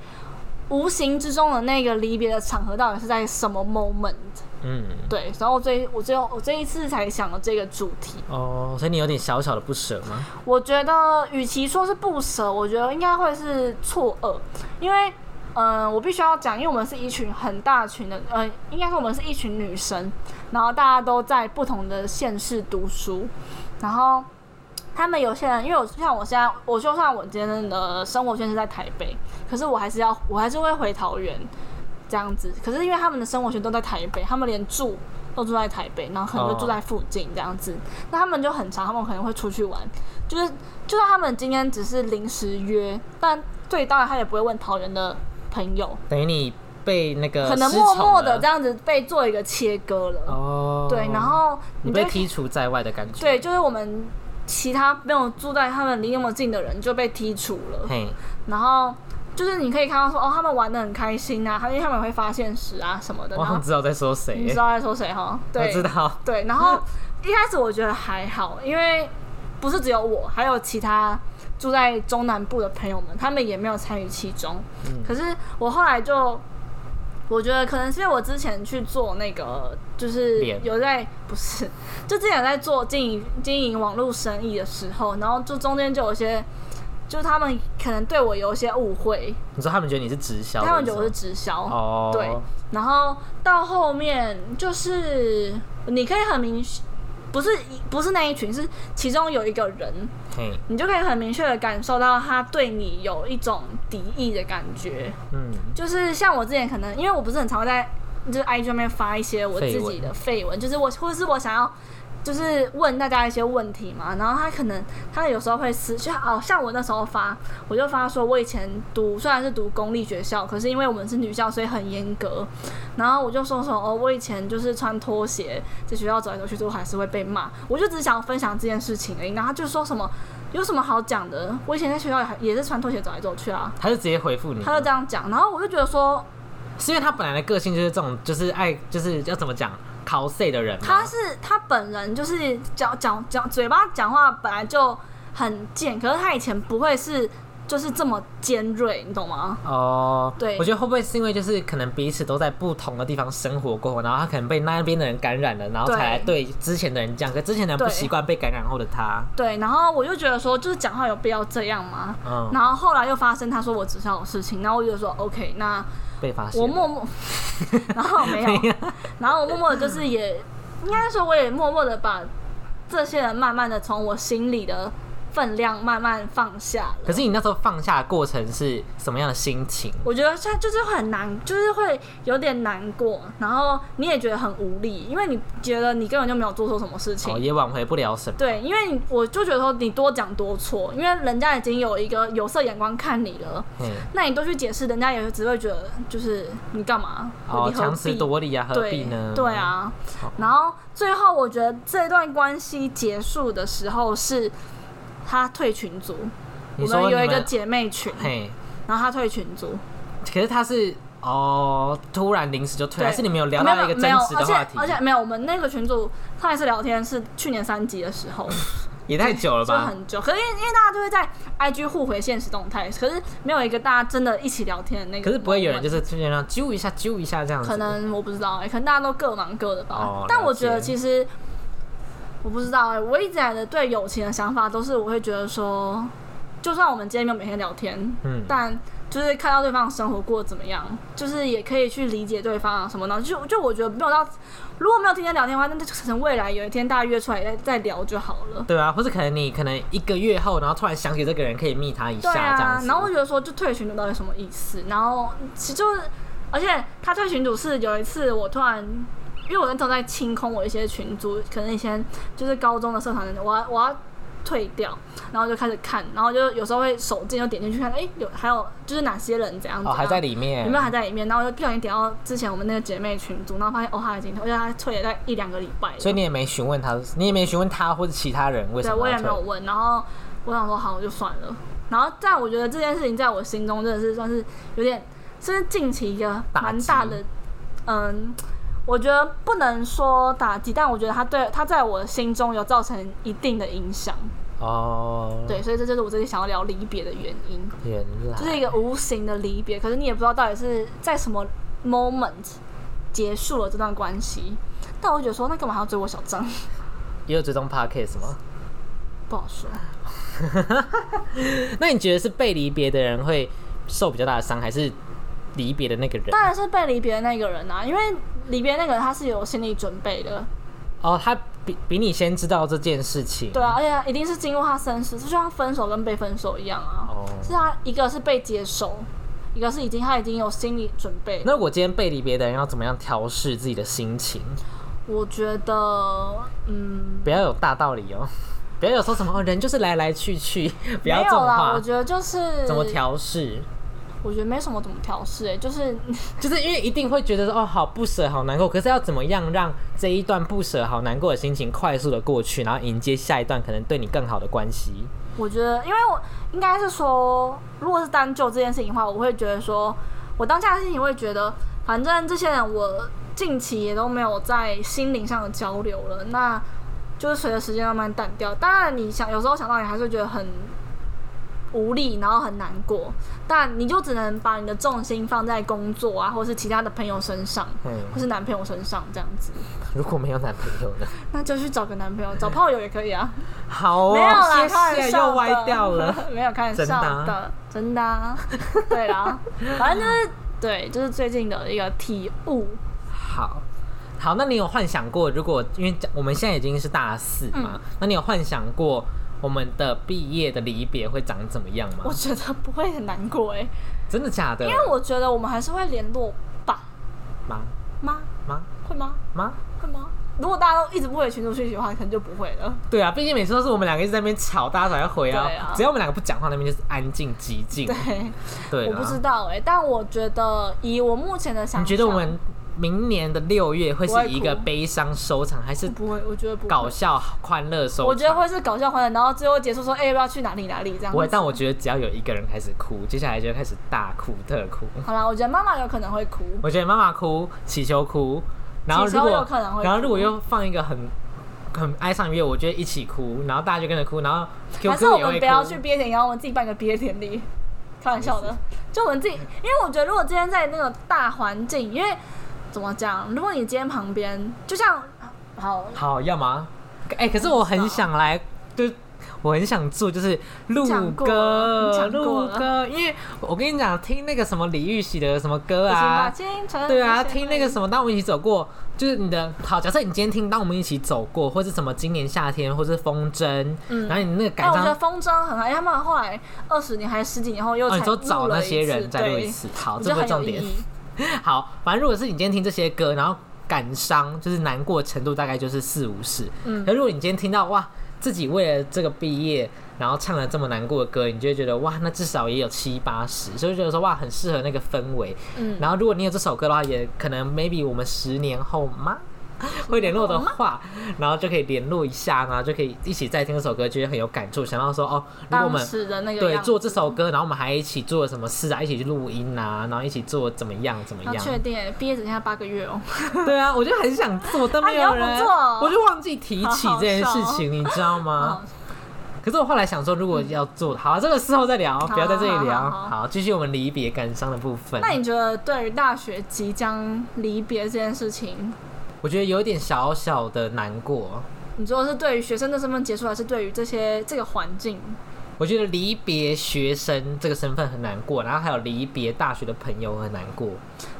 无形之中的那个离别的场合到底是在什么 moment？嗯，对，然后我最我最后我这一次才想了这个主题，哦，所以你有点小小的不舍吗？我觉得与其说是不舍，我觉得应该会是错愕，因为。嗯，我必须要讲，因为我们是一群很大群的，呃，应该说我们是一群女生，然后大家都在不同的县市读书，然后他们有些人，因为我像我现在，我就算我今天的生活圈是在台北，可是我还是要，我还是会回桃园这样子。可是因为他们的生活圈都在台北，他们连住都住在台北，然后可能就住在附近这样子。那他们就很常，他们可能会出去玩，就是就算他们今天只是临时约，但对，当然他也不会问桃园的朋友，等于你被那个可能失默宠默了的这样子被做一个切割了。哦，对，然后你就被会剔除在外的感觉。对，，就是我们其他没有住在他们离那么近的人就被剔除了。嘿，然后就是你可以看到说，哦，他们玩的很开心啊，他因为他们会发现时啊什么的。我然好后像知道在说谁欸你知，道在说谁哈？我对，知道。对，然后一开始我觉得还好，因为不是只有我，还有其他住在中南部的朋友们，他们也没有参与其中。嗯可是我后来就，我觉得可能是因为我之前去做那个，就是脸有在不是，就之前在做经营经营网络生意的时候，然后就中间就有一些。就是他们可能对我有一些误会，你说他们觉得你是直销的意思吗，他们觉得我是直销。哦，对，然后到后面就是你可以很明，不是不是那一群，是其中有一个人，嘿，你就可以很明确的感受到他对你有一种敌意的感觉。嗯，就是像我之前可能，因为我不是很常会在就是 IG 上面发一些我自己的绯闻，就是我或者是我想要。就是问大家一些问题嘛，然后他可能他有时候会私，就哦，像我那时候发，我就发说，我以前读虽然是读公立学校，可是因为我们是女校，所以很严格。然后我就说什么哦，我以前就是穿拖鞋在学校走来走去，都还是会被骂。我就只是想分享这件事情而已。然后他就说什么有什么好讲的？我以前在学校也还也是穿拖鞋走来走去啊。他就直接回复你，他就这样讲，然后我就觉得说是因为他本来的个性就是这种，就是爱，就是要怎么讲，讨 C 的人吗，他是他本人就是讲讲讲嘴巴讲话本来就很贱，可是他以前不会是就是这么尖锐，你懂吗？哦，对我觉得会不会是因为就是可能彼此都在不同的地方生活过，然后他可能被那边的人感染了，然后对才来对之前的人这样，可之前的人不对习惯被感染后的他，对，然后我就觉得说就是讲话有必要这样吗？嗯，然后后来又发生他说我直销的事情，然后我就说 OK，那被发现，我默默，然后没有，然后我默默的就是也应该说我也默默的把这些人慢慢的从我心里的分量慢慢放下了。 可是你那时候放下的过程是什么样的心情？我觉得他就是会很难，就是会有点难过，然后你也觉得很无力，因为你觉得你根本就没有做错什么事情。哦，也挽回不了什么。对，因为你我就觉得说你多讲多错，因为人家已经有一个有色眼光看你了，嗯，那你多去解释，人家也只会觉得就是你干嘛？哦，你何强词必？夺理啊，何必呢？对，对，啊好，然后最后我觉得这段关系结束的时候是他退群组，你我说们有一你个们姐妹群，嘿，然后他退群组，可是他是哦，突然临时就退，还是你们有聊到一个真实的话题没有没有而且而？且没有，我们那个群主上一次聊天是去年三级的时 候，也太久了就吧？很久。可是因为因为大家就会在 IG 互回现实动态，可是没有一个大家真的一起聊天的那个。。可是不会有人就是是突然让揪一下揪一下这样子，可能我不知道哎、可能大家都各忙各的吧。哦但了我觉得解其实我不知道哎、我一直以来的对友情的想法都是，我会觉得说，就算我们今天没有每天聊天，嗯但就是看到对方生活过得怎么样，就是也可以去理解对方啊什么的。就就我觉得没有到，如果没有天天聊天的话，那就可能未来有一天大家约出来再再聊就好了。对啊，或者可能你可能一个月后，然后突然想起这个人，可以密他一对下这样啊，子。然后我觉得说，就退群组到底什么意思？然后其实就是，而且他退群组是有一次我突然，因为我那时候在清空我一些群组，可能以前就是高中的社团，我要我要退掉，然后就开始看，然后就有时候会手贱就点进去看，哎、有还有就是哪些人怎样怎哦样，还在里面，有没有还在里面？然后我就不小心点到之前我们那个姐妹群组，然后发现哦他已经退，而且他退了大概一两个礼拜了，所以你也没询问他，你也没询问他或者其他人为什对么我也要没有退。问，然后我想说好，我就算了。然后，但我觉得这件事情在我心中真的是算是有点，这是近期一个打蛮击大的，嗯，我觉得不能说打击，但我觉得他对他在我心中有造成一定的影响。哦，，对，所以这就是我这里想要聊离别的原因，原来就是一个无形的离别，可是你也不知道到底是在什么 moment 结束了这段关系。但我就觉得说，那干嘛还要追我小张？ 也有追踪 podcast 吗？不好说。那你觉得是被离别的人会受比较大的伤，还是离别的那个人？当然是被离别的那个人啊，因为离别那个人他是有心理准备的，哦，他比比你先知道这件事情。对啊，而且他一定是经过他深思，就像分手跟被分手一样啊，哦是他一个是被接受，一个是已经他已经有心理准备。那我今天被离别的人要怎么样调试自己的心情？我觉得，嗯，不要有大道理哦，不要有说什么哦，人就是来来去去，不没要这有种啦，话我。觉得就是怎么，调试？我觉得没什么怎么调试，哎，就是就是因为一定会觉得说哦，好不舍，好难过。可是要怎么样让这一段不舍、好难过的心情快速的过去，然后迎接下一段可能对你更好的关系？我觉得，因为我应该是说，如果是单就这件事情的话，我会觉得说，我当下的心情会觉得，反正这些人我近期也都没有在心灵上的交流了，那就是随着时间慢慢淡掉。当然，你想有时候想到，你还是会觉得很无力，然后很难过，但你就只能把你的重心放在工作啊，或是其他的朋友身上，嗯，或是男朋友身上这样子，如果没有男朋友呢？那就去找个男朋友，找炮友也可以啊。好没有啦，哦，开谢玩谢，笑又的歪掉了。， 没有开玩笑真的啊的，真的 啊、对啦，反正就是对，就是最近的一个体悟，好，好，那你有幻想过，如果因为我们现在已经是大四嘛，嗯那你有幻想过我们的毕业的离别会长怎么样吗我？觉得不会很难过哎、欸，真的假的？因为我觉得我们还是会联络吧？妈吗？妈会吗？妈，会吗？如果大家都一直不回群主讯息的话，可能就不会了。对啊，毕竟每次都是我们两个一直在那边吵，大家才会回啊。对啊只要我们两个不讲话，那边就是安静极静。对，对我啦，不知道哎、但我觉得以我目前的想象，你觉得我们明年的六月会不会是哭一个悲伤收场，还是不会？我觉得不会搞，笑欢乐收场？我觉得会是搞笑欢乐，然后最后结束说，哎、要不要去哪里哪里这样不会，子。但我觉得只要有一个人开始哭，接下来就会开始大哭特哭。好啦，我觉得妈妈有可能会哭，我觉得妈妈哭，祈求哭，然后祈如求果有可能会哭然后如果又放一个很很哀伤的乐，我觉得一起哭，然后大家就跟着哭，然后 QQ 还是我也会们哭不要去毕业典礼，然后我们自己办个毕业典礼？开玩笑的，就我们自己，因为我觉得如果今天在那个大环境，因为怎么讲，如果你今天旁边，就像好好，要吗？哎、可是我很想来，就是我很想做，就是录讲过了歌，讲过录了歌，因为我跟你讲，听那个什么李玉玺的什么歌已经把啊，青春对啊，留给听那个什么，当我们一起走过，就是你的好。假设你今天听，当我们一起走过，或是什么今年夏天，或是风筝，嗯然后你那个改哎，我觉得张，风筝很好，因为他们后来二十年还是十几年后又哦，才你说找录了那些人再录一对次，好，我这觉不得是很有重意点。 义。好，反正如果是你今天听这些歌，然后感伤，就是难过程度大概就是四五十。嗯可如果你今天听到哇，自己为了这个毕业，然后唱了这么难过的歌，你就会觉得哇，那至少也有七八十，所以就觉得说哇，很适合那个氛围。嗯然后如果你有这首歌的话，也可能 maybe 我们十年后吗？ 会联络的话，然后就可以联络一下，然后就可以一起再听这首歌，就会很有感触。想到说哦，如果我当们时的那个对样子做这首歌，然后我们还一起做了什么事啊，一起去录音啊，然后一起做怎么样怎么要样？确定哎毕业只剩下八个月哦。 对啊，我就很想做，但啊没有你又不人，做我就忘记提起这件事好好笑哦情，你知道吗 好？可是我后来想说，如果要做，好、啊这个事后再聊，不要在这里聊。好啊好好，继续我们离别感伤的部分。那你觉得对于大学即将离别这件事情，我觉得有点小小的难过。你说是对于学生的身份结束，还是对于这些这个环境？我觉得离别学生这个身份很难过，然后还有离别大学的朋友很难过。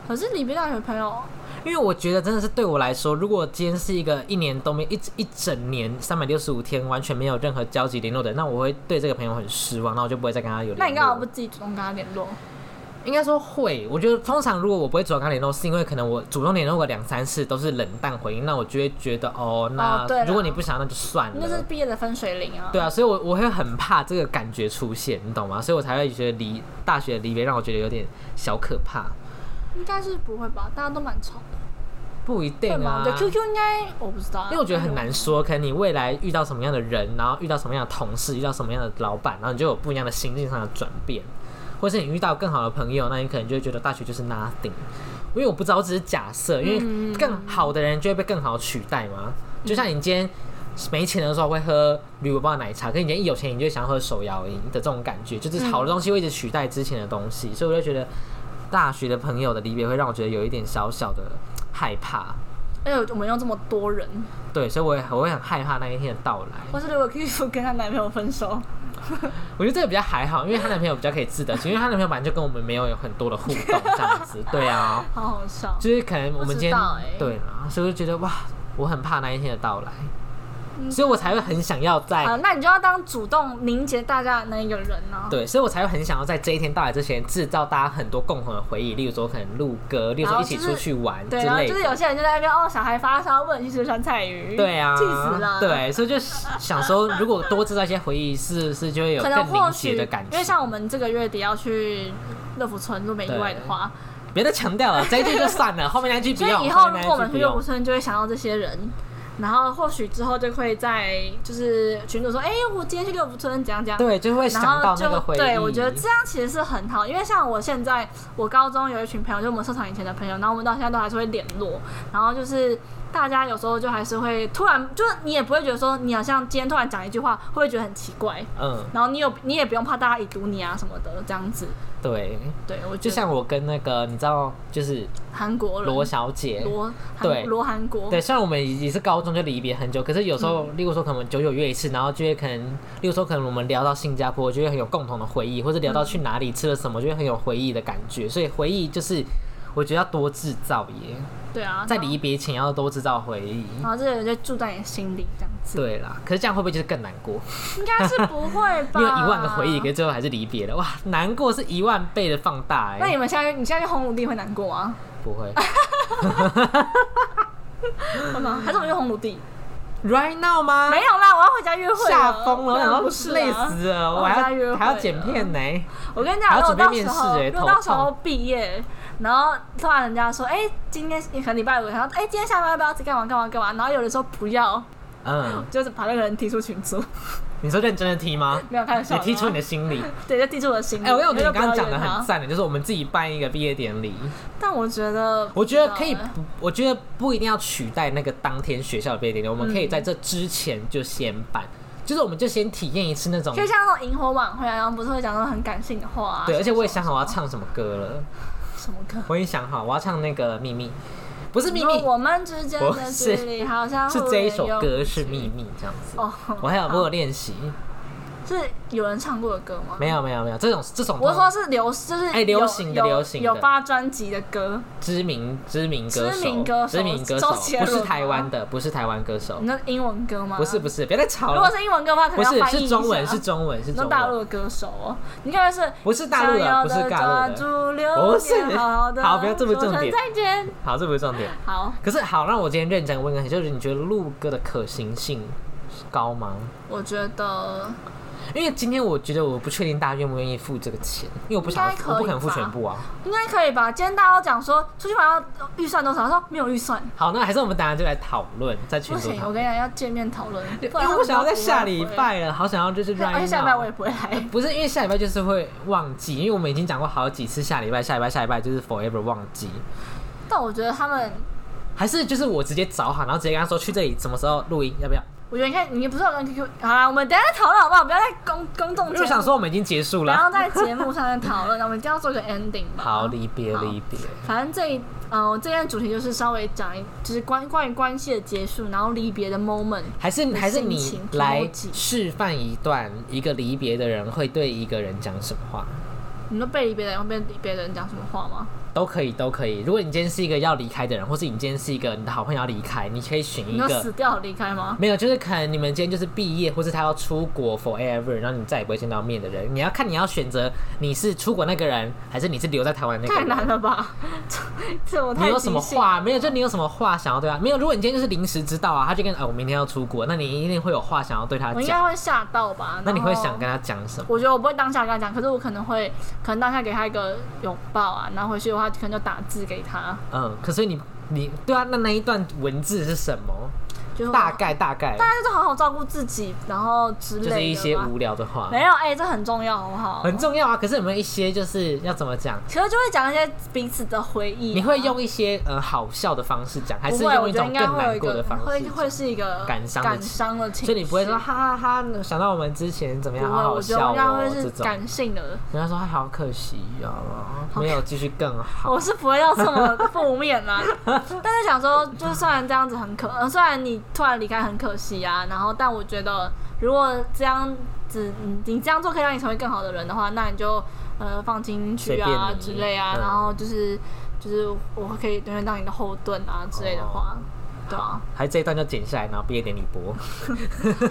可是离别大学朋友，因为我觉得真的是对我来说，如果今天是一个一年都没一直一整年三百六十五天完全没有任何交集联络的人，那我会对这个朋友很失望，那我就不会再跟他有联络。那你干嘛不自己主动跟他联络？应该说会，我觉得通常如果我不会主动跟他联络，是因为可能我主动联络个两三次都是冷淡回应，那我就会觉得哦，那哦对啦如果你不想，那就算那是了。毕业的分水岭啊。对啊，所以我，我会很怕这个感觉出现，你懂吗？所以我才会觉得离大学离别让我觉得有点小可怕，应该是不会吧？大家都蛮吵的，不一定会吗？啊。我觉得 QQ 应该我不知道啊，因为我觉得很难说，可能你未来遇到什么样的人，然后遇到什么样的同事，遇到什么样的老板，然后你就有不一样的心境上的转变，或是你遇到更好的朋友，那你可能就会觉得大学就是 nothing。因为我不知道，我只是假设，因为更好的人就会被更好取代嘛。就像你今天没钱的时候会喝铝箔包奶茶，可你今天一有钱，你就想喝手摇饮的这种感觉，就是好的东西会一直取代之前的东西，所以我就觉得大学的朋友的离别会让我觉得有一点小小的害怕。哎，我们又这么多人，对，所以我也我会很害怕那一天的到来。或是如果 QQ 跟她男朋友分手，我觉得这个比较还好，因为她男朋友比较可以自得其，因为她男朋友本来就跟我们没有有很多的互动这样子。对啊，好好笑。就是可能我们今天、不知道欸对啦，所以我就觉得哇，我很怕那一天的到来，嗯所以我才会很想要在、啊，那你就要当主动凝结大家的那一个人呢、啊。对，所以我才会很想要在这一天到来之前制造大家很多共同的回忆，例如说可能录歌，例如然说后一起哦就是出去玩之对，然后类就是的。有些人就在那边哦，小孩发烧，不能去吃酸菜鱼，对啊，气死了。，对，所以就想说，如果多制造一些回忆，是不是就会有可更能凝或许结的感觉？因为像我们这个月底要去乐福村，如果没意外的话，别再强调了，这一句就算 了，后面那句不所用。以以后面如那果我句们不去乐福用。村，就会想到这些人。然后或许之后就会在就是群主说，哎、我今天去乐福村怎样怎样，对，就会想然到后就那个回忆。对，我觉得这样其实是很好，因为像我现在，我高中有一群朋友，就我们社团以前的朋友，然后我们到现在都还是会联络，然后就是大家有时候就还是会突然，就是你也不会觉得说你好像今天突然讲一句话，会不会觉得很奇怪？嗯，然后你有你也不用怕大家已读你啊什么的这样子。对，对，我觉就得像我跟那个你知道，就是韩国人罗小姐，罗对韩罗韩国对，虽然我们也也是高中就离别很久，可是有时候，嗯例如说可能久久约一次，然后就会可能，例如说可能我们聊到新加坡，就会很有共同的回忆，或者聊到去哪里吃了什么，就会很有回忆的感觉。所以回忆就是我觉得要多制造耶，对啊，在然后离别前要多制造回忆。然后这个人就住在你心里这样 子，对啦，可是这样会不会就是更难过？应该是不会吧？因为一万个回忆，可是最后还是离别了，哇，难过是一万倍的放大那哎、你们现在你现在去红鲁地会难过 啊？不会会吗？还是我们去红鲁地？ ，right now 吗？没有啦，我要回家约会了。吓疯了，当然然后不是啊累死了，我我还在约要会啊还要剪片呢、我跟你还讲，如果要准备到面时试候欸如头果到时候痛毕业，然后突然人家说，哎、今天可能礼拜五，然后哎、今天下班要不要去干嘛干嘛干嘛？然后有人说不要，嗯，就是把那个人踢出群组，你说认真的踢 吗？没有开玩笑你的啊。踢出你的心理。 对，就踢出我的心里。哎、我就我觉得你刚刚讲不的要约很他赞的，就是我们自己办一个毕业典礼，但我觉得不我知道觉欸，得可以嗯不，我觉得不一定要取代那个当天学校的毕业典礼，我们可以在这之前就先办，就是我们就先体验一次那种就。像那种萤火晚会啊，然后不是会讲那种很感性的话啊。对，而且我也想好我要什么唱什么歌了，什么歌。我已经想好我要唱那个秘密，不是秘你密说，我们之间不的距是离好像是忽这一远首又歌是秘密这样子。哦，我还有我好有练习，是有人唱过的歌吗？没有没有没有，这种这种我说是流，就是哎流有行的有流行的有发专辑的歌。知名知名歌手，知名歌手知名歌周杰不伦是台湾的，不是台湾歌手你，那英文歌吗？不是不是，别再吵如果了，是英文歌的话，可不能是要翻译是一中文下是中文是那中大陆文，的歌手哦，你看是不是大陆想要的，不是大抓陆的。住流年不是好好的，好不要这么说声重点再见，好，这不是重点。好，可是好，让我今天认真问一个，就是你觉得录歌的可行性高吗？我觉得因为今天我觉得我不确定大家愿不愿意付这个钱，因为我不想应该可以我不可能付吧全部啊。应该可以吧。今天大家都讲说出去玩要预算多少，他说没有预算，好，那还是我们等下就来讨论，在群不组行，讨我跟论。你讲要见面讨论，因不然为我想要在下他们礼都不会拜了，好想要就是回，而 right 且下礼拜 now 我也不会来。 不是因为下礼拜就是会忘记，因为我们已经讲过好几次下礼拜、下礼拜、下礼拜就是 forever 忘记，但我觉得他们，还是就是我直接找好，然后直接跟他说去这里什么时候录音，要不要？我觉得你看，你不是有跟 QQ 好啦，我们等一下再讨论好不好？不要再公 公众因节为我目，想说我们已经结束不要了，在节目上面讨论，那我们一定要做个 ending 吧。好离别好离别，反正这一嗯、我这件主题就是稍微讲一，就是关关于关系的结束，然后离别的 moment。还是的还是心你情来 emoji 示范一段一个离别的人会对一个人讲什么话，你们被离别的人会被离别的人讲什么话吗？都可以都可以。如果你今天是一个要离开的人，或是你今天是一个你的好朋友要离开，你可以选你一说个死掉离开吗？没有，就是可能你们今天就是毕业，或是他要出国 forever，然后你再也不会见到面的人。你要看你要选择你是出国那个人，还是你是留在台湾那个太人。难了吧， 这这我太你有什么即兴话？没有，就你有什么话想要对他？没有，如果你今天就是临时知道啊，他就跟呃我明天要出国，那你一定会有话想要对他我应哦该讲。会吓到吧？那你然后会想跟他讲什么？我觉得我不会当下跟他讲，可是我可能会，可能当下给他一个拥抱啊，然后回去的话可能就打字给他，嗯，可是你你对啊，那那一段文字是什么？就是大，概大概大家就好好照顾自己，然后之类就的吧。是一些无聊的话，没有哎、这很重要，好不好？很重要啊。可是有没有一些就是要怎么讲？其实就会讲一些彼此的回忆啊、你会用一些呃好笑的方式讲，还不是会？用我一觉得种应该更会有难一过个的方式会讲？会是一个感伤的感伤的情绪，所以你不会说哈哈哈，想到我们之前怎么不样，会，好好我觉得笑我应该哦会这是种。感性的，人家说哎好可惜哦，没有继续更好。我是不会要这么负面啦。 但是想说，就虽然这样子很可，呃，虽然你突然离开很可惜啊，然后但我觉得如果这样子，嗯你这样做可以让你成为更好的人的话，那你就呃放进去随啊便你之类啊，嗯然后就是就是我可以永远当你的后盾啊之类的话，哦对啊。还这一段就剪下来，然后毕业典礼播。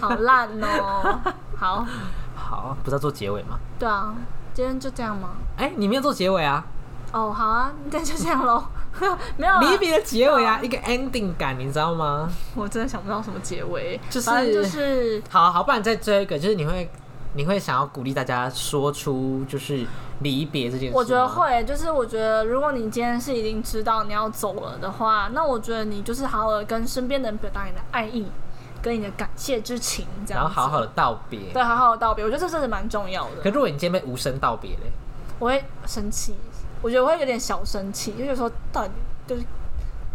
好烂 哦、好，好，不是要做 结尾吗？对啊，今天就这样吗？哎，你没有做结尾啊？哦，好啊，那就这样喽。 没有啊离别的结尾啊，一个 ending 感，你知道吗？我真的想不到什么结尾，就是反正就是好好，不然再追一个，就是你会你会想要鼓励大家说出就是离别这件事吗。我觉得会，就是我觉得，如果你今天是已经知道你要走了的话，那我觉得你就是好好的跟身边的人表达你的爱意，跟你的感谢之情，这然样后子。好好的道别。对，好好的道别，我觉得这真的蛮重要可的。如果你今天被无声道别嘞，我会生气，我觉得我会有点小生气，就觉得说到底就是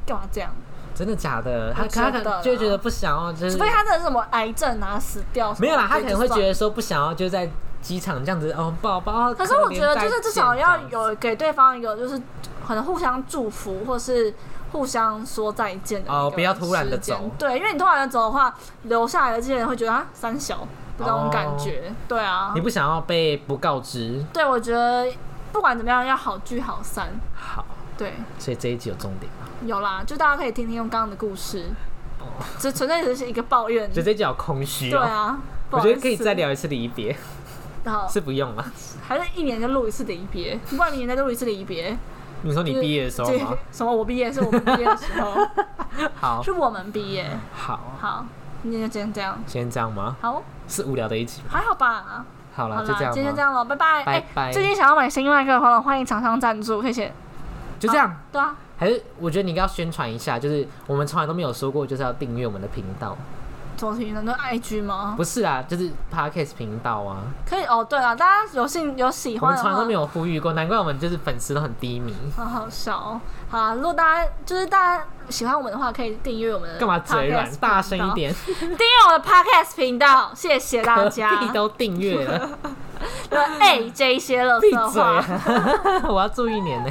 干嘛这样？真的假的？他我他觉可得能就会觉得不想要，就是除非他真的是什么癌症啊死掉什么的，没有啦，他可能会觉得。得说不想要就在机场这样子，哦，抱抱。可是我觉得，怜就是再至少见要这样子有给对方一个，就是可能互相祝福，或是互相说再见的哦一个不要突然地时间走对，因为你突然的走的话，留下来的这些人会觉得啊三小那种感觉。对啊你，不想要被不告知，对我觉得不管怎么样要好聚好散。好，对，所以这一集有重点吗，有啦，就大家可以听听刚刚的故事哦，只纯粹只是一个抱怨。就这一集好空虚对哦、啊，不我好觉意得可以思再，聊一次离别，好，是不用了。还是一年就录一次离别，不然明年再录一次离别。你说你就是毕业的时候这吗？什么？我毕业是我们毕业的时候。 好是我们毕业。好，好，今天就先这样。先这样吗？好，是无聊的一集吗。还好吧。好好了，就啦，这样今天就这吗？样了，拜拜。拜哎拜最近想要买新麦克风了，欢迎厂商赞助，谢谢。就这样。对啊，还是我觉得你应该要宣传一下，就是我们从来都没有说过，就是要订阅我们的频哦道，怎么听呢？就 IG 吗？不是啊，就是 podcast 频道啊。可以哦。对了，大家有兴有喜我欢们的从来话都没，有呼吁过，难怪我们就是粉丝都很低迷。好好笑哦。好啦，如果大家就是大家喜欢我们的话，可以订阅我们的干嘛嘴软呃 podcast 频？道大声一，点！订阅我的 Podcast 频道，谢谢大何家。 必都订阅了，对，哎，这一些垃 闭圾嘴话。啊！ 我要住一年呢。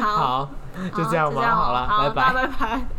好，哦好，就这样吧。好好了，好拜大拜家。拜拜。